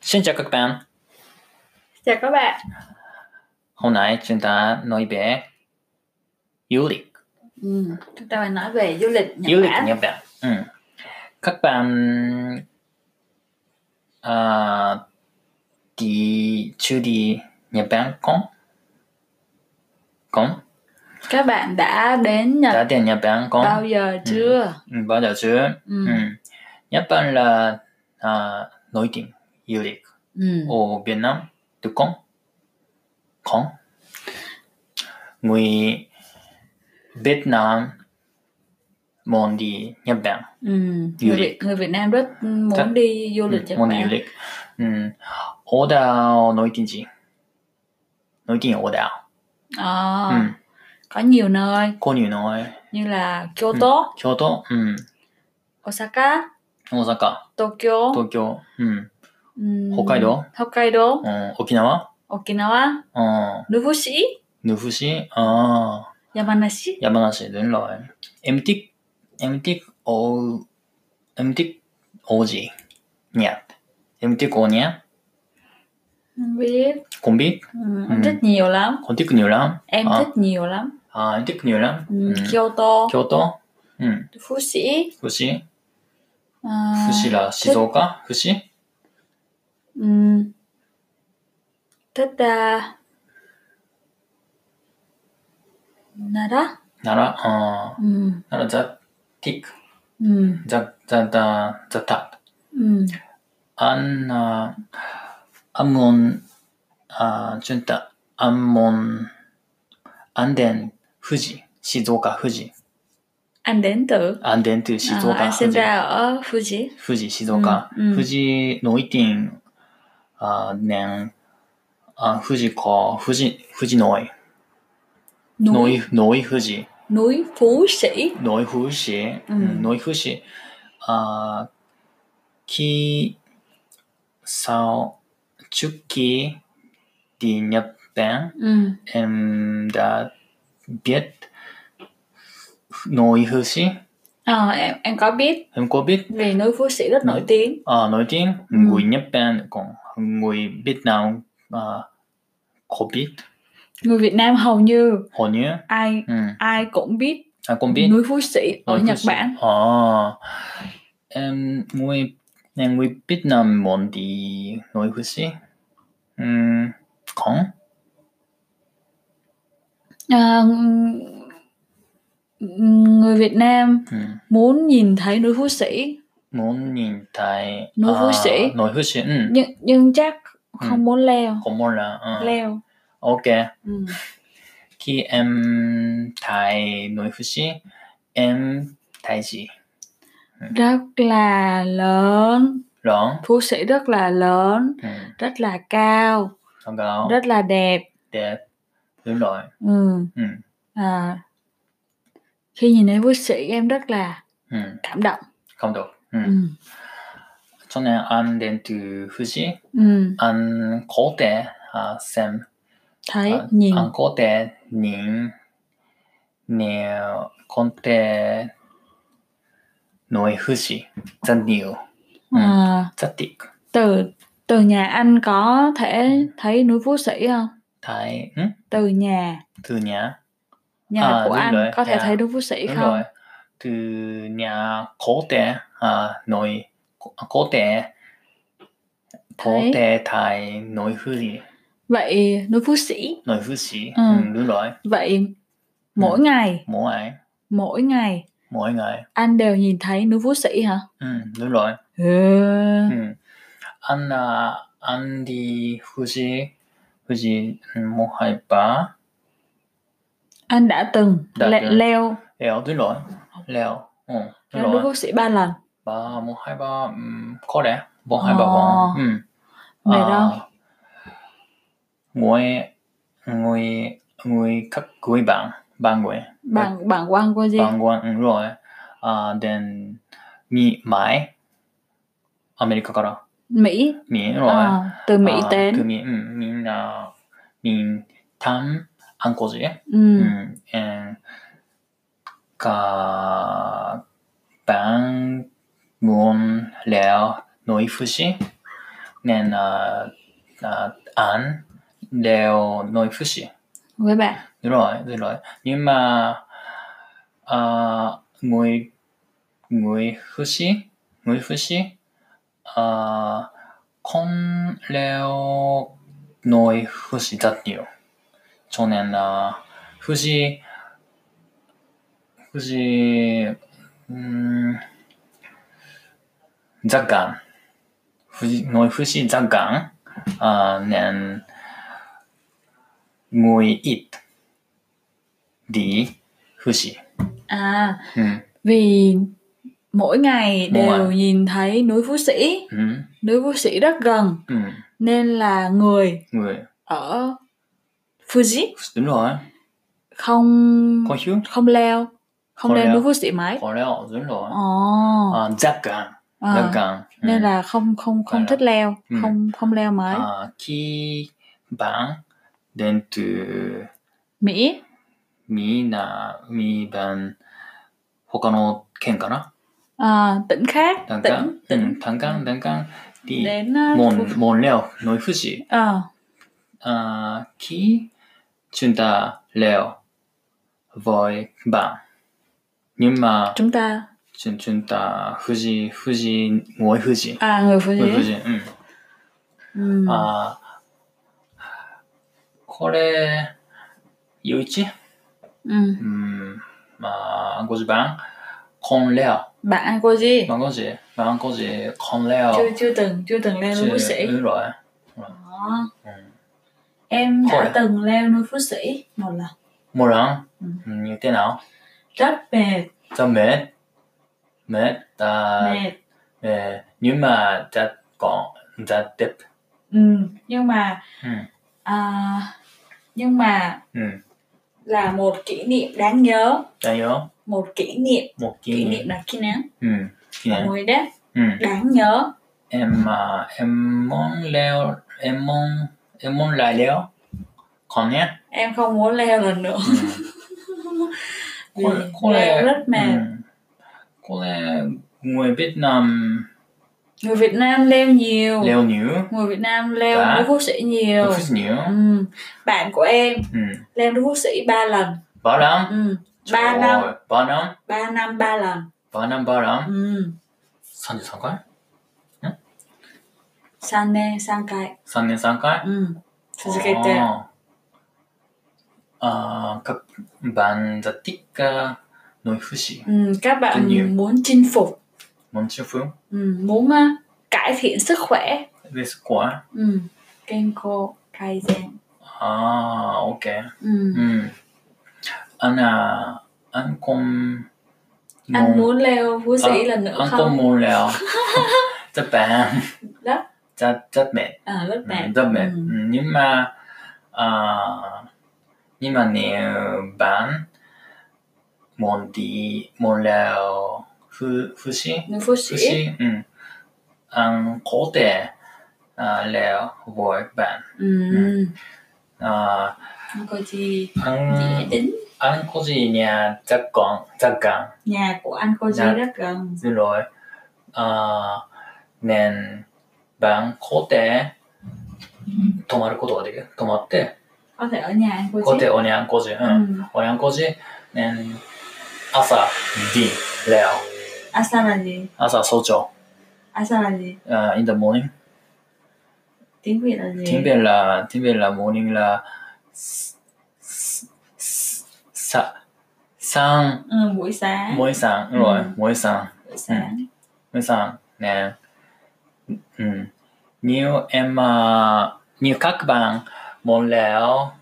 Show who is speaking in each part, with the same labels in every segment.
Speaker 1: Xin chào các bạn,
Speaker 2: Chào các bạn,
Speaker 1: hôm nay chúng ta nói về du lịch,
Speaker 2: ừ, chúng ta phải nói về du lịch Nhật
Speaker 1: du lịch
Speaker 2: Bản.
Speaker 1: Nhật Bản. Ừ. Các bạn à, đi chưa đi Nhật Bản không? Không?
Speaker 2: Các bạn đã đến Nhật
Speaker 1: Đã đến Nhật Bản không?
Speaker 2: bao giờ chưa?
Speaker 1: Ừ, Hmm, bao Hmm. giờ chưa?
Speaker 2: Ừ.
Speaker 1: Ừ. Nhật Bản là à, nổi tiếng du lịch
Speaker 2: Ừ.
Speaker 1: ở Việt Nam được không? Không. Người Việt Nam muốn đi Nhật Bản,
Speaker 2: Ừ.
Speaker 1: Du
Speaker 2: Người,
Speaker 1: lịch.
Speaker 2: Việt, người Việt Nam rất muốn
Speaker 1: Thật.
Speaker 2: đi du lịch
Speaker 1: ừ,
Speaker 2: Nhật
Speaker 1: muốn đi
Speaker 2: Bản.
Speaker 1: du lịch. Ừ. Ổ đảo nổi tiếng gì? Nổi tiếng ổ đảo.
Speaker 2: Ờ,
Speaker 1: Ừ.
Speaker 2: Có nhiều nơi
Speaker 1: Cô nhiều nói
Speaker 2: như là Kyoto,
Speaker 1: Kyoto, ừ.
Speaker 2: Osaka,
Speaker 1: Osaka,
Speaker 2: Tokyo,
Speaker 1: Tokyo, ừ.
Speaker 2: ừ,
Speaker 1: Hokkaido,
Speaker 2: Hokkaido,
Speaker 1: ừ. Okinawa,
Speaker 2: Okinawa,
Speaker 1: ừ.
Speaker 2: Nufushi,
Speaker 1: Nufushi, à.
Speaker 2: Yamanashi.
Speaker 1: Dạ là sẽ đến rồi Em thích Em thích ô Em thích ô gì Nhạc Em thích ô nhạc
Speaker 2: Không biết.
Speaker 1: Không biết
Speaker 2: Ừ.
Speaker 1: Ừ.
Speaker 2: Em thích nhiều lắm.
Speaker 1: Không thích nhiều lắm
Speaker 2: Em
Speaker 1: À.
Speaker 2: thích nhiều lắm.
Speaker 1: à, Em thích nhiều lắm
Speaker 2: Ừ.
Speaker 1: ừ.
Speaker 2: Kyoto,
Speaker 1: Kyoto ừ.
Speaker 2: Fushi,
Speaker 1: Fushi
Speaker 2: ờ,
Speaker 1: Fushi là Shizuoka Fushi
Speaker 2: Ừm, thích uh, Nara
Speaker 1: Nara à,
Speaker 2: Ừm,
Speaker 1: Nara the tick
Speaker 2: ừm,
Speaker 1: The, the, the, the top
Speaker 2: ừm,
Speaker 1: An à, An mon à, Chúng ta An mon An den Fuji Shizuoka Fuji
Speaker 2: anh đến từ
Speaker 1: 安全という
Speaker 2: à,
Speaker 1: 静岡、
Speaker 2: anh
Speaker 1: 富
Speaker 2: sinh
Speaker 1: 士、
Speaker 2: ra ở Fuji
Speaker 1: 富士静岡、
Speaker 2: うんうん
Speaker 1: 富士の一点、あ年、あ富士か、富士、富士のい、の
Speaker 2: núi
Speaker 1: い、のい富士、
Speaker 2: núi Phú Sĩ
Speaker 1: のい富士、
Speaker 2: う
Speaker 1: うんんのい富士、あき、さお、ちゅっき、で、にゃっぺん、
Speaker 2: Ừm,
Speaker 1: えんだ、びえ、のい富士、
Speaker 2: ờ, em em có biết
Speaker 1: えんこびっ
Speaker 2: vì núi Phú Sĩ rất nổi tiếng
Speaker 1: Ờ, nói tiếng
Speaker 2: Ừ.
Speaker 1: người Nhật Bản còn người Việt Nam ờ, có biết
Speaker 2: người Việt Nam hầu như
Speaker 1: hầu như
Speaker 2: ai
Speaker 1: ừ.
Speaker 2: ai cũng biết
Speaker 1: à, cũng biết
Speaker 2: núi Phú Sĩ ở
Speaker 1: Nói
Speaker 2: Nhật
Speaker 1: tiếng-
Speaker 2: Bản
Speaker 1: Ờ. em người em người Việt Nam muốn đi nói cái gì Ừm, không
Speaker 2: À, ừm, người Việt Nam
Speaker 1: ừ.
Speaker 2: muốn nhìn thấy núi Phú Sĩ
Speaker 1: muốn nhìn thấy
Speaker 2: Nói
Speaker 1: à,
Speaker 2: với sĩ.
Speaker 1: nói với sĩ ừ.
Speaker 2: nhưng nhưng chắc không
Speaker 1: Ừ.
Speaker 2: muốn leo
Speaker 1: không muốn là ờ.
Speaker 2: leo
Speaker 1: ok
Speaker 2: ừ.
Speaker 1: khi em thấy nói với sĩ em thấy gì
Speaker 2: rất là lớn
Speaker 1: lớn
Speaker 2: phú sĩ rất là lớn
Speaker 1: ừ.
Speaker 2: rất là cao
Speaker 1: Thông cáo.
Speaker 2: rất là đẹp
Speaker 1: đẹp đúng rồi
Speaker 2: ừ.
Speaker 1: ừ.
Speaker 2: à, khi nhìn thấy phú sĩ em rất là
Speaker 1: Ừ.
Speaker 2: cảm động
Speaker 1: không được ừ.
Speaker 2: ừ.
Speaker 1: cho nên anh đến từ Fuji
Speaker 2: Ừ.
Speaker 1: anh có thể à, xem
Speaker 2: thấy
Speaker 1: à,
Speaker 2: nhìn
Speaker 1: anh có thể nhìn nhiều có thể nói Fuji rất nhiều ừ.
Speaker 2: à,
Speaker 1: rất thích
Speaker 2: từ từ nhà anh có thể thấy núi phú sĩ không
Speaker 1: thấy ừ?
Speaker 2: từ nhà
Speaker 1: từ nhà
Speaker 2: nhà
Speaker 1: À,
Speaker 2: của
Speaker 1: đúng
Speaker 2: anh
Speaker 1: rồi,
Speaker 2: có thể
Speaker 1: nhà.
Speaker 2: thấy núi phú sĩ
Speaker 1: đúng
Speaker 2: không
Speaker 1: rồi từ nhà có thể à, nói có thể có
Speaker 2: thấy
Speaker 1: thể thấy nói Fuji
Speaker 2: vậy núi phú sĩ
Speaker 1: nói Fuji
Speaker 2: Ừ.
Speaker 1: ừ. đúng rồi
Speaker 2: vậy mỗi ngày
Speaker 1: mỗi ngày
Speaker 2: mỗi ngày
Speaker 1: mỗi ngày
Speaker 2: anh đều nhìn thấy núi Phú Sĩ hả?
Speaker 1: ừ, đúng rồi
Speaker 2: Ừ.
Speaker 1: ừ. anh là anh đi Fuji Fuji ừ, một hai ba
Speaker 2: Anh đã từng
Speaker 1: Đã
Speaker 2: le-
Speaker 1: từng.
Speaker 2: leo
Speaker 1: leo đúng rồi leo ừ, đúng
Speaker 2: leo núi
Speaker 1: rồi
Speaker 2: Phú Sĩ ba lần.
Speaker 1: ba một hai ba ừ, có lẽ một hai ba
Speaker 2: Ờ.
Speaker 1: bốn ừ.
Speaker 2: Về
Speaker 1: À,
Speaker 2: đâu?
Speaker 1: người người người các người bạn bạn người Ờ.
Speaker 2: Bạn bạn quan qua gì?
Speaker 1: bạn quan ừ, rồi à, đến Mỹ Mỹ Americaから
Speaker 2: Mỹ.
Speaker 1: Mỹ rồi
Speaker 2: Ờ, từ Mỹ
Speaker 1: Ờ, từ
Speaker 2: đến.
Speaker 1: Mỹ, ừ, mình là mình thăm ăn cô dễ
Speaker 2: Ừ.
Speaker 1: ừ. em- cả bạn muốn leo núi Fuji nên là là án đều nói phước sĩ
Speaker 2: với bạn
Speaker 1: đúng rồi đúng rồi nhưng mà à, người người phước sĩ người phước sĩ à, không đều nói phước sĩ rất nhiều cho nên là phước sĩ phước sĩ um, giác cảm Fuji, nói Fuji ra gắng à, nên ngồi ít đi Fuji.
Speaker 2: à
Speaker 1: Ừ.
Speaker 2: vì mỗi ngày
Speaker 1: Đúng
Speaker 2: đều
Speaker 1: rồi.
Speaker 2: nhìn thấy núi Phú Sĩ
Speaker 1: Ừ.
Speaker 2: núi Phú Sĩ rất gần
Speaker 1: Ừ.
Speaker 2: nên là người
Speaker 1: Người
Speaker 2: ở Fuji
Speaker 1: đúng rồi,
Speaker 2: không
Speaker 1: có hiếu,
Speaker 2: không leo không
Speaker 1: Không
Speaker 2: leo
Speaker 1: leo. Ờ.
Speaker 2: núi Phú Sĩ mấy
Speaker 1: có leo đúng rồi.
Speaker 2: ồ
Speaker 1: À, ra gắng, ra gắng. Ừ.
Speaker 2: Ờ, nên là không không
Speaker 1: Phải
Speaker 2: không
Speaker 1: là-
Speaker 2: thích leo
Speaker 1: Ừ.
Speaker 2: không không leo mấy
Speaker 1: à, khi bạn đến từ
Speaker 2: Mỹ
Speaker 1: Mỹ là Mỹ bạn 他の県かな
Speaker 2: à, tỉnh khác
Speaker 1: 弾
Speaker 2: tỉnh
Speaker 1: 丸、うん、
Speaker 2: Ừ.
Speaker 1: 弾丸、弾丸、で、
Speaker 2: đến à,
Speaker 1: も
Speaker 2: Phú-
Speaker 1: ん、もんれお、のいふし、
Speaker 2: ờ,
Speaker 1: À, あー、き、ちゅんた、れお、ぼい、ばん。にんま、
Speaker 2: chúng ta
Speaker 1: ちゅん、ちゅんた、ふじ、ふじ、もいふじ。
Speaker 2: à người
Speaker 1: もいふ
Speaker 2: Fuji
Speaker 1: じ、うん。
Speaker 2: ừ.
Speaker 1: Ờ. あー、これ、ゆういち、
Speaker 2: Ừ.
Speaker 1: うん、まあ、ごじばん、こんれお、
Speaker 2: bạn ăn cô gì
Speaker 1: まあごじ、まあごじ、こんれお。
Speaker 2: chưa chưa từng chưa từng leo
Speaker 1: ちゅ
Speaker 2: núi Phú Sĩ
Speaker 1: うろい。
Speaker 2: Đó.
Speaker 1: Ừ.
Speaker 2: Em
Speaker 1: Thôi
Speaker 2: đã
Speaker 1: à?
Speaker 2: từng leo núi Phú Sĩ một lần
Speaker 1: một lần
Speaker 2: Ừ.
Speaker 1: ừ. như thế nào
Speaker 2: rất mệt
Speaker 1: rất mệt mệt à,
Speaker 2: mệt
Speaker 1: mệt. nhưng mà rất có rất đẹp
Speaker 2: ừ. nhưng mà
Speaker 1: ừ.
Speaker 2: à, nhưng mà
Speaker 1: ừ.
Speaker 2: là một kỷ niệm đáng nhớ
Speaker 1: đáng nhớ
Speaker 2: một kỷ niệm
Speaker 1: một
Speaker 2: kỷ
Speaker 1: kỷ
Speaker 2: niệm
Speaker 1: niệm
Speaker 2: là khi nào
Speaker 1: ừ. kỷ niệm
Speaker 2: hồi đấy
Speaker 1: ừ.
Speaker 2: đáng nhớ
Speaker 1: em mà em muốn leo em muốn em muốn lại leo còn nhé
Speaker 2: em không muốn leo lần nữa
Speaker 1: ừ.
Speaker 2: vì leo rất mệt
Speaker 1: ừ. có lẽ người Việt Nam
Speaker 2: người Việt Nam leo nhiều
Speaker 1: leo nhiều
Speaker 2: người Việt Nam leo
Speaker 1: Dạ.
Speaker 2: núi Phú Sĩ nhiều
Speaker 1: rất nhiều
Speaker 2: ừ. bạn của em
Speaker 1: ừ.
Speaker 2: leo núi Phú Sĩ ba lần
Speaker 1: ba năm
Speaker 2: ừ. ba năm
Speaker 1: Trời, ba năm
Speaker 2: ba năm ba lần
Speaker 1: 바람바람
Speaker 2: ừ.
Speaker 1: 산지 상갈
Speaker 2: san nê sang cái
Speaker 1: 산내 상갈
Speaker 2: ừ. Suzuki
Speaker 1: À, 아각 만자티카 노이 후시
Speaker 2: ừ. các bạn
Speaker 1: Rất nhiều.
Speaker 2: muốn chinh phục
Speaker 1: 멈추프
Speaker 2: ừ. muốn á, cải thiện sức khỏe
Speaker 1: 리스코아
Speaker 2: ừ. kenko kaizen
Speaker 1: À, 아 오케이
Speaker 2: ừ.
Speaker 1: 음 à, 아나 안콤
Speaker 2: anh muốn leo phú sĩ
Speaker 1: À,
Speaker 2: lần nữa
Speaker 1: 안콤
Speaker 2: Ờ, không
Speaker 1: 몰래요 짜빵
Speaker 2: Đó.
Speaker 1: 짜 짜매
Speaker 2: à rất mệt
Speaker 1: 짜매
Speaker 2: Ừ.
Speaker 1: nhưng mà à nhưng mà nếu bạn muốn đi muốn leo phu phu sĩ
Speaker 2: núi phú
Speaker 1: phu
Speaker 2: sĩ
Speaker 1: sĩ ừ anh có thể à, leo với bạn
Speaker 2: ừ.
Speaker 1: à,
Speaker 2: không có gì dễ
Speaker 1: anh
Speaker 2: tính
Speaker 1: anh có gì nhà chắc còn chắc gần
Speaker 2: nhà của anh cô
Speaker 1: Dạ.
Speaker 2: rất gần
Speaker 1: Đúng rồi à, nên bạn có thể 泊まることができる泊まって、
Speaker 2: có thể ở nhà anh cô
Speaker 1: こうやっておにゃんこじ、うん、
Speaker 2: ừ.
Speaker 1: おにゃんこじ、ね、朝、D、レオ、
Speaker 2: asa À, là gì
Speaker 1: 朝、早朝、
Speaker 2: asa là gì
Speaker 1: あ、in the morning、
Speaker 2: tiếng việt là
Speaker 1: ティン
Speaker 2: gì
Speaker 1: ベラ、ティンベラ、モーニングラ、s- s- s- さ、さん、
Speaker 2: ừ, buổi sáng
Speaker 1: もえさん、う、
Speaker 2: うん
Speaker 1: もえさん、
Speaker 2: buổi sáng
Speaker 1: もえさん、ね、うん、ニューエンマ、ニューカクバン、モンレオ、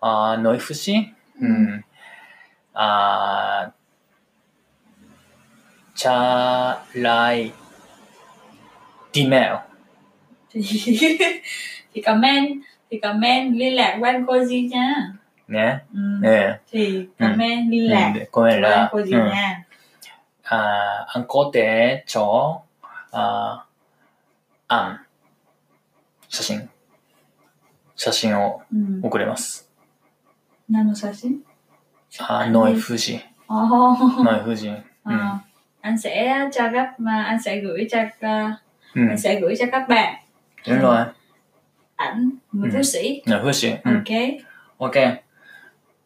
Speaker 1: あ、ノイフシ、うん、あーチャライディメ
Speaker 2: thì thì comment thì comment liên lạc với anh cô Di nha
Speaker 1: オね。
Speaker 2: ừ.
Speaker 1: ね
Speaker 2: thì comment liên lạc
Speaker 1: でごめん
Speaker 2: với anh
Speaker 1: な。
Speaker 2: cô Di
Speaker 1: うん
Speaker 2: nha
Speaker 1: あー、アンコテチョあー、アン。写真。写真を
Speaker 2: ừ.
Speaker 1: 送れます。
Speaker 2: nano sashi
Speaker 1: あー、ノイフジ。
Speaker 2: oh.
Speaker 1: ノイフジ。うん。
Speaker 2: Ờ, anh sẽ cho các mà anh sẽ gửi cho uh,
Speaker 1: Ừ,
Speaker 2: mình sẽ gửi cho các bạn
Speaker 1: đúng rồi.
Speaker 2: ảnh người
Speaker 1: Ừ.
Speaker 2: thứ sĩ
Speaker 1: Người phước sĩ. Ừ.
Speaker 2: ok
Speaker 1: Ok.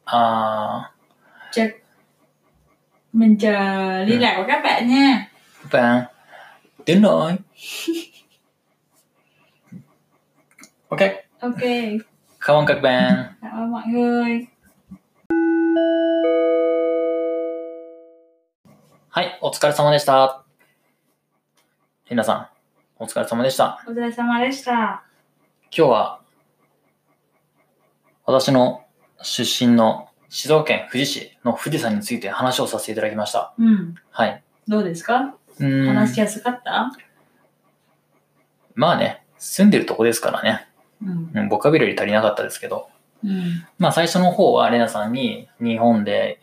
Speaker 1: À,
Speaker 2: chờ mình chờ liên lạc của các bạn nha
Speaker 1: và tiến rồi. ok.
Speaker 2: ok
Speaker 1: Cảm ơn các bạn.
Speaker 2: cảm ơn mọi người
Speaker 1: はい、お疲れ様でした。ひなさん、お疲れ様でした。
Speaker 2: お疲れ様でした
Speaker 1: 今日は、私の出身の静岡県富士市の富士山について話をさせていただきました。
Speaker 2: うん
Speaker 1: はい。
Speaker 2: どうですか
Speaker 1: うー
Speaker 2: 話
Speaker 1: ん。
Speaker 2: しやすかった
Speaker 1: まあね、住んでるとこですからね。
Speaker 2: うん
Speaker 1: うんボカベラリー足りなかったですけど。
Speaker 2: うん
Speaker 1: まあ最初の方はレナさんに日本で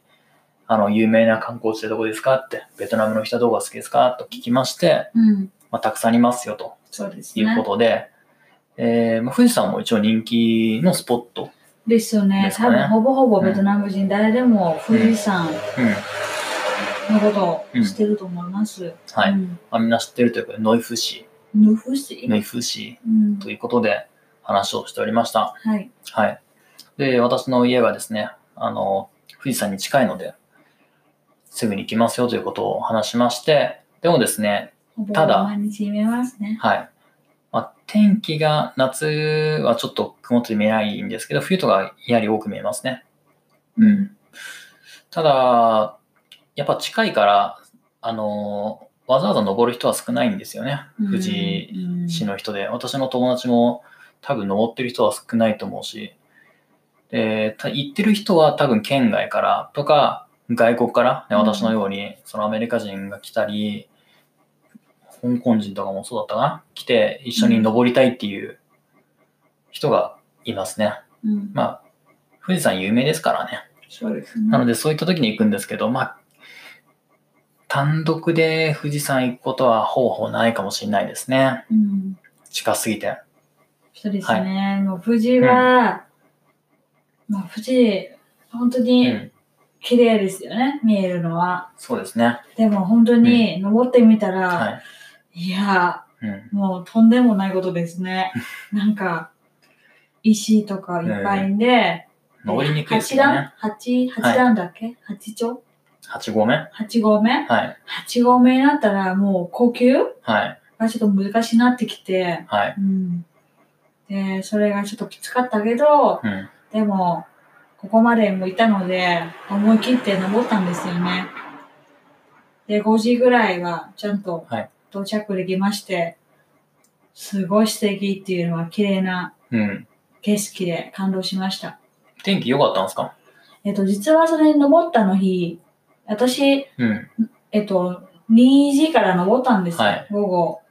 Speaker 1: あの有名な観光地ってどこですかって、ベトナムの人はどこが好きですかと聞きまして、
Speaker 2: うん
Speaker 1: まあたくさんいますよと。
Speaker 2: そうです
Speaker 1: いうこ
Speaker 2: ね
Speaker 1: とで、えーまあ、富士山も一応人気のスポット。
Speaker 2: ですよね
Speaker 1: です
Speaker 2: 多
Speaker 1: かね
Speaker 2: 分ほぼほぼベトナム人誰でも富士山
Speaker 1: うん。
Speaker 2: のことをしてると思います、
Speaker 1: はい。
Speaker 2: うん
Speaker 1: まあ、みんな知ってるということで、ノイフ市、
Speaker 2: ヌフシ
Speaker 1: ノイフ市
Speaker 2: うん
Speaker 1: ということで話をしておりました。
Speaker 2: はい
Speaker 1: はい。で、私の家がですね、あの、富士山に近いので、すぐに行きますよということを話しまして、でもですね、
Speaker 2: ほぼ
Speaker 1: ただ
Speaker 2: 毎日見えますね
Speaker 1: はい。まあ、天気が、夏はちょっと曇って見えないんですけど、冬とかやはり多く見えますね。うん。ただ、やっぱ近いから、あのーわざわざ登る人は少ないんですよね。富士市の人で。私の友達も多分登ってる人は少ないと思うし。で、た行ってる人は多分県外からとか、外国から、ね、
Speaker 2: うん
Speaker 1: 私のように、そのアメリカ人が来たり、香港人とかもそうだったかな来て一緒に登りたいっていう人がいますね。
Speaker 2: うん、うん
Speaker 1: まあ、富士山有名ですからね。
Speaker 2: そうですね
Speaker 1: なのでそういった時に行くんですけど、まあ、単独で富士山行くことはほぼほぼないかもしれないですね。
Speaker 2: うん
Speaker 1: 近すぎて。
Speaker 2: そうですね。もう富士は、まあ富士、本当
Speaker 1: う
Speaker 2: に
Speaker 1: ん。
Speaker 2: 綺麗ですよね、見えるのは。
Speaker 1: そうですね。
Speaker 2: でも本当に登ってみたら、、
Speaker 1: はい
Speaker 2: や
Speaker 1: い。うん。
Speaker 2: ー、もうとんでもないことで すね。なんか、石とかいっぱいで、
Speaker 1: 登りにくいです
Speaker 2: 8
Speaker 1: よ
Speaker 2: 段
Speaker 1: ね。
Speaker 2: 八八段だっけ、八丁
Speaker 1: 8合目は
Speaker 2: 八合目
Speaker 1: い。
Speaker 2: 八合目になったらもう呼吸
Speaker 1: はい。
Speaker 2: がちょっと難しくなってきて、
Speaker 1: はい。
Speaker 2: うん。で、それがちょっときつかったけど、
Speaker 1: うん。
Speaker 2: でも、ここまでもいたので、思い切って登ったんですよね。で、5時ぐらいはちゃんと
Speaker 1: はい
Speaker 2: 到着できまして、すごい素敵っていうのは綺麗な
Speaker 1: うん。
Speaker 2: 景色で感動しました。
Speaker 1: 天気良かったんですか
Speaker 2: えっと、実はそれ登ったの日、私、
Speaker 1: うん。
Speaker 2: えっと、2時から登ったんですよ、
Speaker 1: はい
Speaker 2: 午後。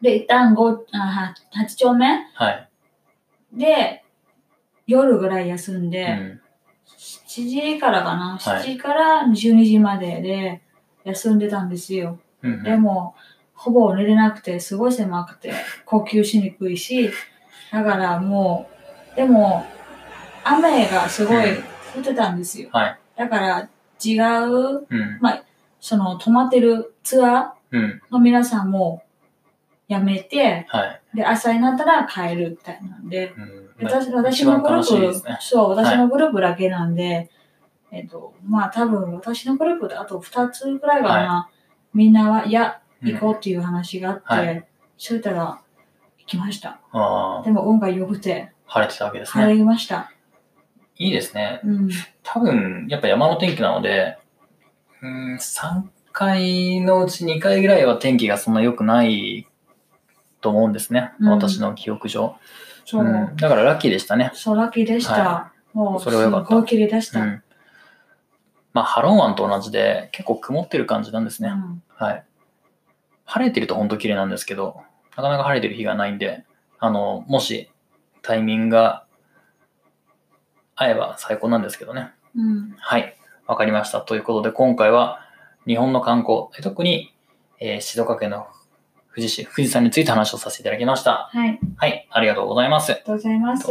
Speaker 2: で、一旦5、あは8丁目
Speaker 1: はい。
Speaker 2: で、夜ぐらい休んで、
Speaker 1: うん。
Speaker 2: 7時からかな、
Speaker 1: はい
Speaker 2: 7時から12時までで休んでたんですよ。
Speaker 1: う
Speaker 2: で
Speaker 1: ん。
Speaker 2: も、ほぼ寝れなくて、すごい狭くて、呼吸しにくいし、だからもう、でも、雨がすごい
Speaker 1: うん
Speaker 2: 降ってたんですよ。
Speaker 1: はい。
Speaker 2: だから、違
Speaker 1: う
Speaker 2: う、
Speaker 1: ん。
Speaker 2: その、泊まってるツア
Speaker 1: うん。
Speaker 2: ーの皆さんもやめて、
Speaker 1: はい。
Speaker 2: で、朝になったら帰るみたいなんで、
Speaker 1: うん
Speaker 2: 私
Speaker 1: まあ
Speaker 2: 私の
Speaker 1: 一
Speaker 2: グ
Speaker 1: 番
Speaker 2: ル
Speaker 1: 悲しいで
Speaker 2: ー
Speaker 1: す
Speaker 2: プ、
Speaker 1: ね。
Speaker 2: そう、私のグループだけなんで、えっと、まあ多分私のグループであと2つぐらいかな、みんなは、いや、
Speaker 1: うん
Speaker 2: 行こうっていう話があって、
Speaker 1: は
Speaker 2: そういったら行きました。
Speaker 1: あー
Speaker 2: でも運が良くて、
Speaker 1: 晴れてたわけです
Speaker 2: 晴
Speaker 1: ね。
Speaker 2: れました。
Speaker 1: いいですね。
Speaker 2: うん。
Speaker 1: 多分、やっぱ山の天気なので、うーん、3回のうち2回ぐらいは天気がそんな良くないと思うんですね。
Speaker 2: うん
Speaker 1: 私の記憶上、
Speaker 2: そう、
Speaker 1: うんだからラッキーでしたね。
Speaker 2: そうラッキーでした。
Speaker 1: は
Speaker 2: もう、
Speaker 1: それは良かった
Speaker 2: すごい綺麗でし
Speaker 1: う
Speaker 2: た。
Speaker 1: ん。まあ、ハロン湾と同じで、結構曇ってる感じなんです
Speaker 2: う
Speaker 1: ね。
Speaker 2: ん
Speaker 1: はい。晴れてると本当綺麗なんですけど、なかなか晴れてる日がないんで、あの、もしタイミングが合えば最高なんですけどね。
Speaker 2: うん。
Speaker 1: はい、わかりました。ということで、今回は日本の観光、え特に、えー静岡県の富士市、富士山について話をさせていただきました。
Speaker 2: はい、あり
Speaker 1: はい、ありがとうございます。
Speaker 2: がとうございます。